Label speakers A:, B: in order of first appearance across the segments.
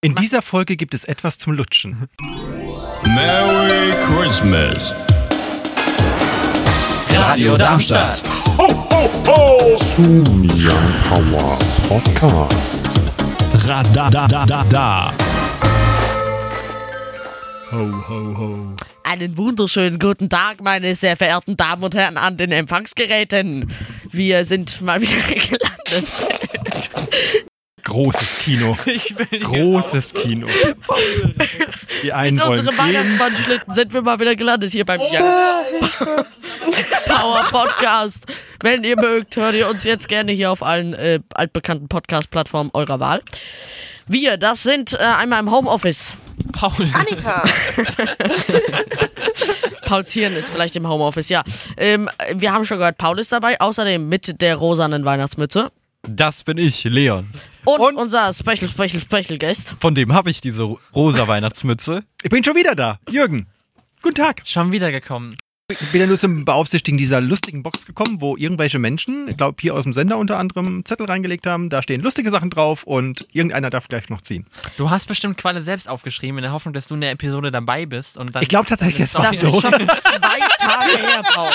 A: In dieser Folge gibt es etwas zum Lutschen.
B: Merry Christmas.
C: Radio Darmstadt.
B: Radadadada.
D: Einen wunderschönen guten Tag, meine sehr verehrten Damen und Herren an den Empfangsgeräten. Wir sind mal wieder gelandet.
A: Großes Kino.
D: Ich will nicht
A: Großes Kino. Die einen
D: Mit
A: wollen
D: unserem
A: gehen.
D: Weihnachtsmannschlitten sind wir mal wieder gelandet hier beim Young Power Podcast. Wenn ihr mögt, hört ihr uns jetzt gerne hier auf allen äh, altbekannten Podcast-Plattformen eurer Wahl. Wir, das sind äh, einmal im Homeoffice.
C: Paul.
E: Annika.
D: Pauls Hirn ist vielleicht im Homeoffice, ja. Ähm, wir haben schon gehört, Paul ist dabei, außerdem mit der rosanen Weihnachtsmütze.
A: Das bin ich, Leon.
D: Und,
A: Und-
D: unser Special, Special, Special Guest.
A: Von dem habe ich diese ro- rosa Weihnachtsmütze. Ich bin schon wieder da. Jürgen. Guten Tag.
C: Schon wiedergekommen.
A: Ich bin ja nur zum Beaufsichtigen dieser lustigen Box gekommen, wo irgendwelche Menschen, ich glaube hier aus dem Sender unter anderem, Zettel reingelegt haben. Da stehen lustige Sachen drauf und irgendeiner darf gleich noch ziehen.
C: Du hast bestimmt Qualle selbst aufgeschrieben, in der Hoffnung, dass du in der Episode dabei bist. Und dann
A: Ich glaube tatsächlich, es war
D: Das
A: so.
D: ist schon zwei Tage her, Paul.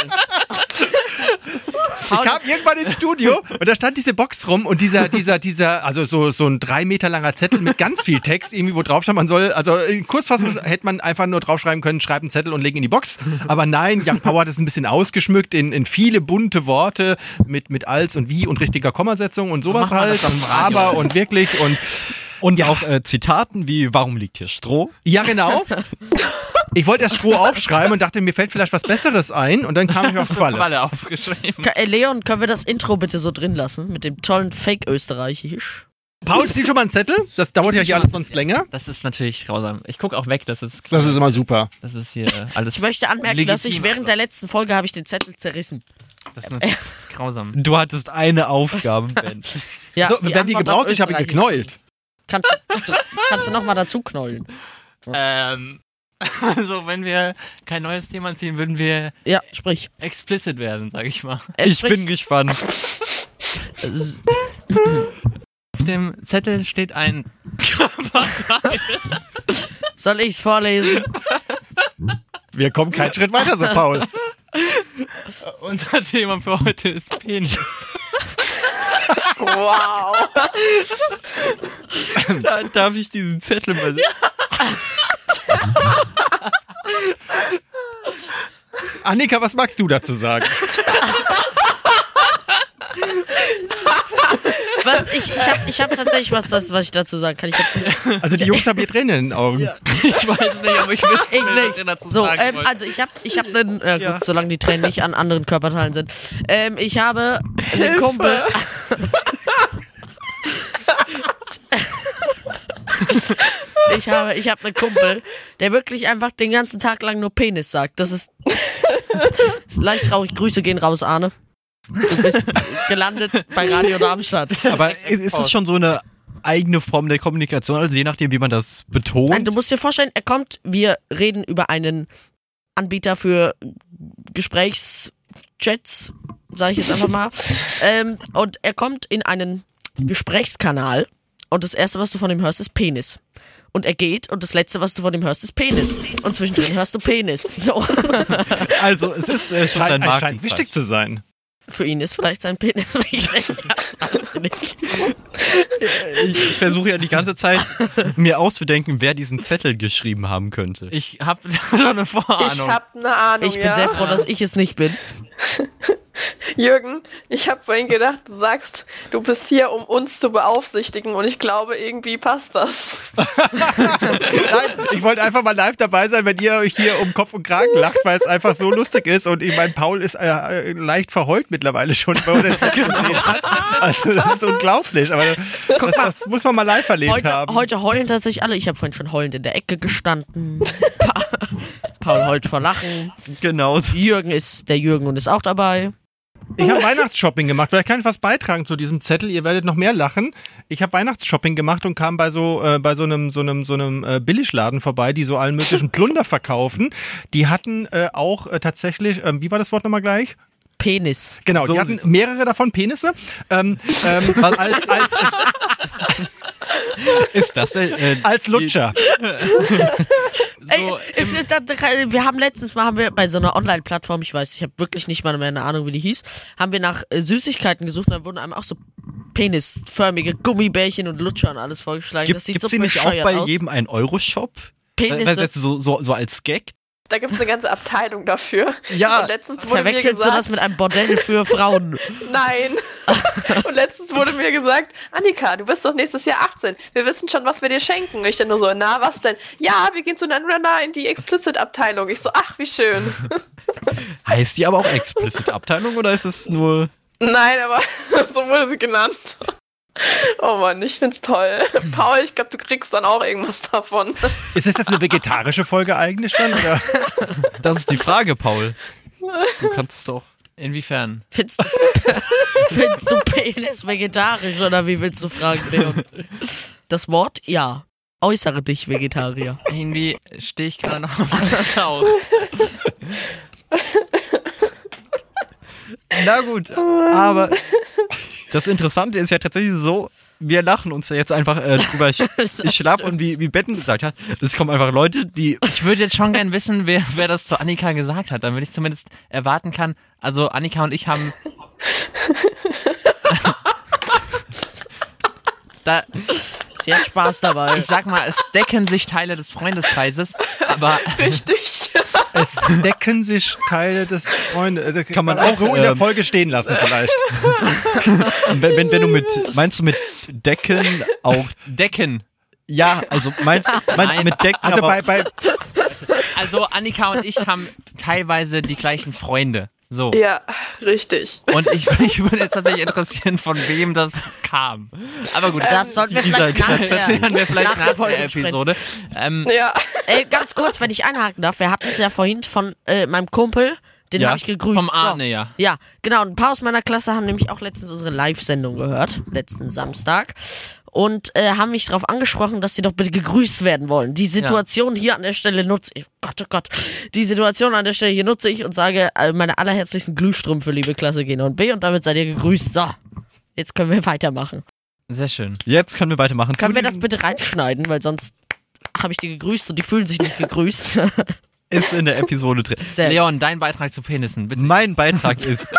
A: Ich kam irgendwann ins Studio und da stand diese Box rum und dieser, dieser, dieser, also so, so ein drei Meter langer Zettel mit ganz viel Text, irgendwie, wo drauf stand, man soll, also in Kurzfassung hätte man einfach nur draufschreiben können, schreiben einen Zettel und legen in die Box. Aber nein, Young Power hat es ein bisschen ausgeschmückt in, in viele bunte Worte mit, mit als und wie und richtiger Kommasetzung und sowas
C: Mach mal
A: halt.
C: das
A: Und
C: am Radio.
A: aber und wirklich und,
F: Und auch äh, Zitaten wie Warum liegt hier Stroh?
A: ja, genau. Ich wollte erst Stroh aufschreiben und dachte, mir fällt vielleicht was Besseres ein und dann kam ich auf Qualle.
C: Qualle
A: Hm?
C: aufgeschrieben.
D: Ka- äh, Leon, können wir das Intro bitte so drin lassen? Mit dem tollen Fake-Österreichisch.
A: Paul, zieh schon mal einen Zettel. Das dauert ja hier alles sonst länger.
C: Das ist natürlich grausam. Ich gucke auch weg, das ist,
G: Das ist immer super.
C: das ist hier äh, alles.
D: Ich möchte anmerken, dass ich während der letzten Folge habe ich den Zettel zerrissen.
C: Das ist natürlich grausam.
F: Du hattest eine Aufgabe, Ben.
D: Ja,
A: So, wenn die
D: Antwort auf
A: gebraucht, ich habe ihn
D: Österreichisch.
A: geknäult.
D: Kannst, kannst, kannst du nochmal dazu knäulen?
C: Ähm. Also, wenn wir kein neues Thema ziehen, würden wir
D: Ja, sprich.
C: explicit werden, sag ich mal.
D: Äh,
F: Ich
D: sprich.
F: bin gespannt.
C: Auf dem Zettel steht ein
D: Soll ich's vorlesen?
A: Wir kommen keinen Schritt weiter, so Paul.
C: Unser Thema für heute ist Penis.
E: Wow.
F: Da- Darf ich diesen Zettel mal sehen?
A: Annika, was magst du dazu sagen?
D: Was, ich ich habe ich hab tatsächlich was, das, was ich dazu sagen kann. Ich hab's mir
A: Also die Jungs haben hier Tränen in den Augen.
C: Ich weiß nicht, ob ich wissen
D: Ich
C: will,
D: nicht.
C: was ihr dazu
D: so,
C: sagen
D: ähm,
C: wollt.
D: also ich habe ich hab einen, äh, gut, solange die Tränen nicht an anderen Körperteilen sind. Ähm, ich habe einen Kumpel. ich habe ich habe einen Kumpel, der wirklich einfach den ganzen Tag lang nur Penis sagt. Das ist, ist leicht traurig. Grüße gehen raus, Arne. Du bist gelandet bei Radio Darmstadt.
F: Aber ist ist es schon so eine eigene Form der Kommunikation? Also je nachdem, wie man das
D: Nein, Also du
F: betont.
D: musst dir vorstellen, er kommt, wir reden über einen Anbieter für Gesprächschats, sage ich jetzt einfach mal. ähm, und er kommt in einen Gesprächskanal und das erste, was du von ihm hörst, ist Penis. Und er geht und das letzte, was du von ihm hörst, ist Penis. Und zwischendrin hörst du Penis. So,
F: Also es ist äh, schon ein
A: scheint wichtig
F: Markenzeichen.
A: zu sein.
D: für ihn ist vielleicht sein Penis wichtig. Ja, weiß ich nicht.
F: Ich, ich versuche ja die ganze Zeit, mir auszudenken, wer diesen Zettel geschrieben haben könnte.
C: Ich habe so eine Vorahnung.
E: Ich hab ne Ahnung.
D: Ich bin
E: ja?
D: sehr froh, dass ich es nicht bin.
E: Jürgen, ich hab vorhin gedacht, du sagst, du bist hier, um uns zu beaufsichtigen und ich glaube, irgendwie passt das.
A: Nein, ich wollte einfach mal live dabei sein, wenn ihr euch hier um Kopf und Kragen lacht, weil es einfach so lustig ist. Und ich meine, Paul ist äh, äh, leicht verheult mittlerweile schon, weil er das gesehen hat. Also das ist unglaublich. Aber das, das muss man mal live erlebt
D: Heute,
A: haben.
D: heute heulen tatsächlich alle. Ich habe vorhin schon heulend in der Ecke gestanden. Pa Paul heult vor Lachen.
F: Genau. so.
D: Jürgen ist, der Jürgen und ist auch dabei.
A: Ich
F: Oh.
A: habe Weihnachtsshopping gemacht. Vielleicht kann ich was beitragen zu diesem Zettel. Ihr werdet noch mehr lachen. Ich habe Weihnachtsshopping gemacht und kam bei so äh, bei so einem so einem so einem äh, Billigladen vorbei, die so allen möglichen Plunder verkaufen. Die hatten äh, auch äh, tatsächlich, ähm, wie war das Wort nochmal gleich?
D: Penis.
A: Genau,
F: So
A: die hatten mehrere davon Penisse. Ähm, ähm, als, als,
F: Ist das äh,
A: Als Lutscher.
D: Ey,
C: So,
D: es ist, da, da, wir haben letztens mal haben wir bei so einer Online-Plattform, ich weiß, ich habe wirklich nicht mal mehr eine Ahnung, wie die hieß, haben wir nach äh, Süßigkeiten gesucht und dann wurden einem auch so penisförmige Gummibärchen und Lutscher und alles vorgeschlagen.
F: gibt
D: das sieht
F: gibt's
D: so
F: die nicht auch
D: bescheuert
F: bei
D: aus.
F: jedem einen Euro-Shop?
D: Penis
F: Äh, weißt du, So, so, so als Gag?
E: Da gibt es eine ganze Abteilung dafür.
F: Ja.
E: Und letztens wurde mir
D: Verwechselst du
E: gesagt,
D: das mit einem Bordell für Frauen?
E: Nein. Und letztens wurde mir gesagt, Annika, du bist doch nächstes Jahr 18. Wir wissen schon, was wir dir schenken. Und ich dann nur so, na, was denn? Ja, wir gehen zu Nanunana in die Explicit-Abteilung. Ich so, ach, wie schön.
F: Heißt die aber auch Explicit-Abteilung oder ist es nur.
E: Nein, aber so wurde sie genannt. Oh Mann, ich find's toll. Paul, ich glaube, du kriegst dann auch irgendwas davon.
A: Ist das jetzt eine vegetarische Folge eigentlich dann? Oder?
F: Das ist die Frage, Paul. Du kannst doch.
C: inwiefern?
D: Findest, findest du Penis vegetarisch oder wie willst du fragen, Leon? Das Wort? Ja. Äußere dich, Vegetarier.
C: Irgendwie stehe ich gerade noch auf der Sau.
F: Na gut, aber das Interessante ist ja tatsächlich so, wir lachen uns ja jetzt einfach äh, drüber sch schlapp und wie, wie Betten gesagt hat, es kommen einfach Leute, die
C: Ich würde jetzt schon gern wissen, wer, wer das zu Annika gesagt hat, damit ich zumindest erwarten kann. Also Annika und ich haben. da,
D: Sie hat Spaß dabei.
C: ich sag mal, es decken sich Teile des Freundeskreises, aber
E: Richtig.
A: Es decken sich Teile des Freundes. Das
F: äh, Kann man auch,
A: so in der
F: ähm,
A: Folge stehen lassen vielleicht.
F: wenn, wenn, wenn du mit meinst du mit Decken auch
C: decken.
F: ja, also meinst, meinst du
C: Nein.
F: mit Decken
A: Also
F: aber,
A: bei, bei
C: Also Annika und ich haben teilweise die gleichen Freunde. So.
E: Ja, richtig.
C: Und ich, ich würde jetzt tatsächlich interessieren, von wem das kam. Aber gut,
D: Das sollten wir
F: Dieser
D: vielleicht
F: Gedanke
D: nachher,
C: klären wir Ähm, vielleicht nach, der
D: sprechen.
C: Episode. Ähm,
E: Ja.
D: Ey, ganz kurz, wenn ich einhaken darf, wir hatten es ja vorhin von äh, meinem Kumpel, den
F: Ja,
D: habe ich gegrüßt.
C: vom Arne, ja.
D: Ja, genau. Und ein paar aus meiner Klasse haben nämlich auch letztens unsere Live-Sendung gehört, letzten Samstag. Und äh, haben mich darauf angesprochen, dass sie doch bitte gegrüßt werden wollen. Die Situation hier an der Stelle nutze ich. Gott, oh Gott. Die Situation an der Stelle hier nutze ich und sage äh, meine allerherzlichsten Glühstrümpfe, liebe Klasse G und B. Und damit seid ihr gegrüßt. So, jetzt können wir weitermachen.
C: Sehr schön.
F: Jetzt können wir weitermachen.
D: Können
F: Zu
D: wir das
F: diesem-
D: bitte reinschneiden, weil sonst habe ich die gegrüßt und die fühlen sich nicht gegrüßt.
F: ist in der Episode drin.
D: Sehr
C: Leon, dein Beitrag zu Penissen, bitte.
F: Mein Beitrag ist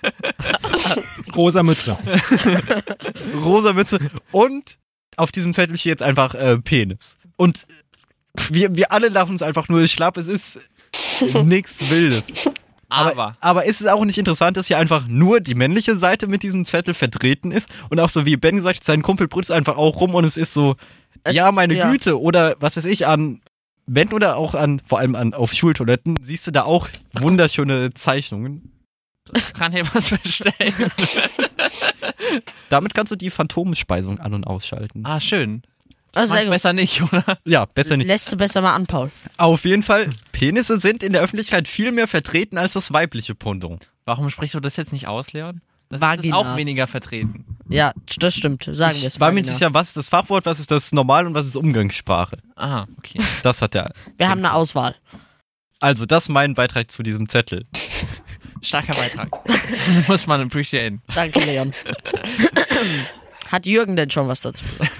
A: rosa Mütze.
F: rosa Mütze und auf diesem Zettel steht jetzt einfach äh, Penis. Und wir, wir alle lachen uns einfach nur schlapp. Es ist nichts Wildes.
C: Aber.
F: Aber ist es auch nicht interessant, dass hier einfach nur die männliche Seite mit diesem Zettel vertreten ist? Und auch so wie Ben gesagt hat, sein Kumpel brützt einfach auch rum und es ist so,
D: Es
F: ja,
D: ist-
F: meine
D: ja.
F: Güte, oder was weiß ich, an Ben oder auch an, vor allem an auf Schultoiletten, siehst du da auch wunderschöne Zeichnungen.
C: Kann hier was verstellen?
F: Damit kannst du die Phantomspeisung an- und ausschalten.
C: ah, schön.
D: Ah,
C: Mach
D: sehr
C: ich
D: gut.
C: besser nicht, oder?
F: Ja, besser nicht.
D: Lässt du besser mal an, Paul.
F: Auf jeden Fall, Penisse sind in der Öffentlichkeit viel mehr vertreten als das weibliche Pendant.
C: Warum sprichst du das jetzt nicht aus, Leon? Das ist
D: Vaginas.
C: auch weniger vertreten.
D: Ja, das stimmt. Sagen wir es
F: Ich war mir nicht
D: Marina.
F: sicher, was ist das Fachwort, was ist das Normal und was ist Umgangssprache.
C: Ah, okay.
F: Das hat er.
D: Wir haben eine Auswahl.
F: Also, das ist mein Beitrag zu diesem Zettel.
C: Starker Beitrag. Muss man appreciaten.
D: Danke, Leon. Hat Jürgen denn schon was dazu? gesagt?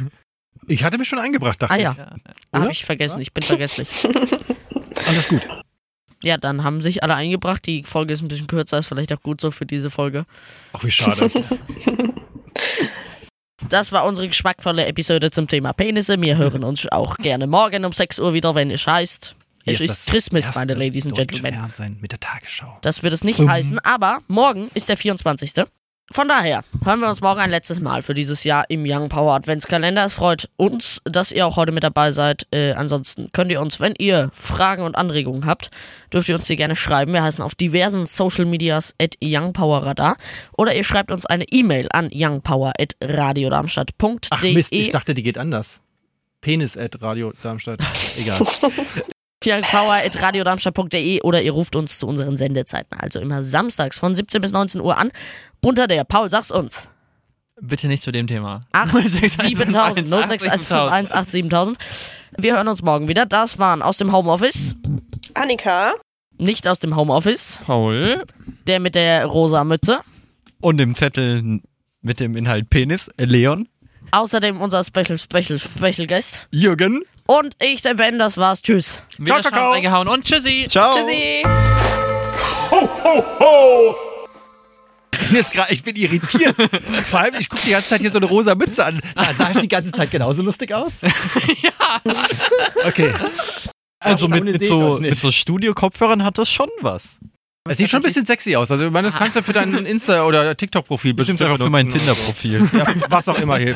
A: Ich hatte mich schon eingebracht, dachte
D: Ah ja,
C: Ja.
D: habe
A: Oder?
D: ich vergessen. Ich bin vergesslich.
A: ich. Alles gut.
D: Ja, dann haben sich alle eingebracht. Die Folge ist ein bisschen kürzer, ist vielleicht auch gut so für diese Folge.
A: Ach, wie schade.
D: Das war unsere geschmackvolle Episode zum Thema Penisse. Wir hören uns auch gerne morgen um 6 Uhr wieder, wenn es heißt. Es ist Christmas, meine Ladies and Gentlemen.
A: Fernsehen mit der Tagesschau.
D: Das wird es nicht
A: Ähm.
D: heißen, aber morgen ist der 24. Von daher hören wir uns morgen ein letztes Mal für dieses Jahr im Young Power Adventskalender. Es freut uns, dass ihr auch heute mit dabei seid. Äh, ansonsten könnt ihr uns, wenn ihr Fragen und Anregungen habt, dürft ihr uns die gerne schreiben. Wir heißen auf diversen Social Medias at YoungPowerRadar oder ihr schreibt uns eine E-Mail an youngpower at
A: Ach Mist, ich
F: eh.
D: radiodarmstadt.de.
A: dachte, die geht anders. Penis at Radio Darmstadt. Egal.
D: youngpower.radiodarmstadt.de E. oder ihr ruft uns zu unseren Sendezeiten. Also immer samstags von 17 bis 19 Uhr an. Unter der Paul, sag's uns.
C: Bitte nicht zu dem Thema.
D: 8 7000
C: 06151
D: 06151 7000. Wir hören uns morgen wieder. Das waren aus dem Homeoffice,
E: Annika?
D: nicht aus dem Homeoffice,
C: Paul.
D: der mit der rosa Mütze.
F: Und im Zettel mit dem Inhalt Penis, äh, Leon.
D: Außerdem unser Special, Special, Special Guest.
A: Jürgen.
D: Und ich, der Ben, das war's. Tschüss.
C: Wieder
A: Kakao.
C: Schau reingehauen und tschüssi.
F: Ciao.
E: Tschüssi.
A: Bin jetzt grad, ich bin irritiert. Vor allem, ich gucke die ganze Zeit hier so eine rosa Mütze an. Sah, sah ich die ganze Zeit genauso lustig aus? ja. Okay.
F: Also mit, mit so, mit
A: Es
F: so Studio-Kopfhörern hat das schon was.
A: sieht schon ein bisschen sexy aus. Also, ich meine, das kannst du für dein Insta- oder TikTok-Profil
F: Bestimmt einfach für mein
A: benutzen.
F: Tinder-Profil.
A: Ja, was auch immer hilft.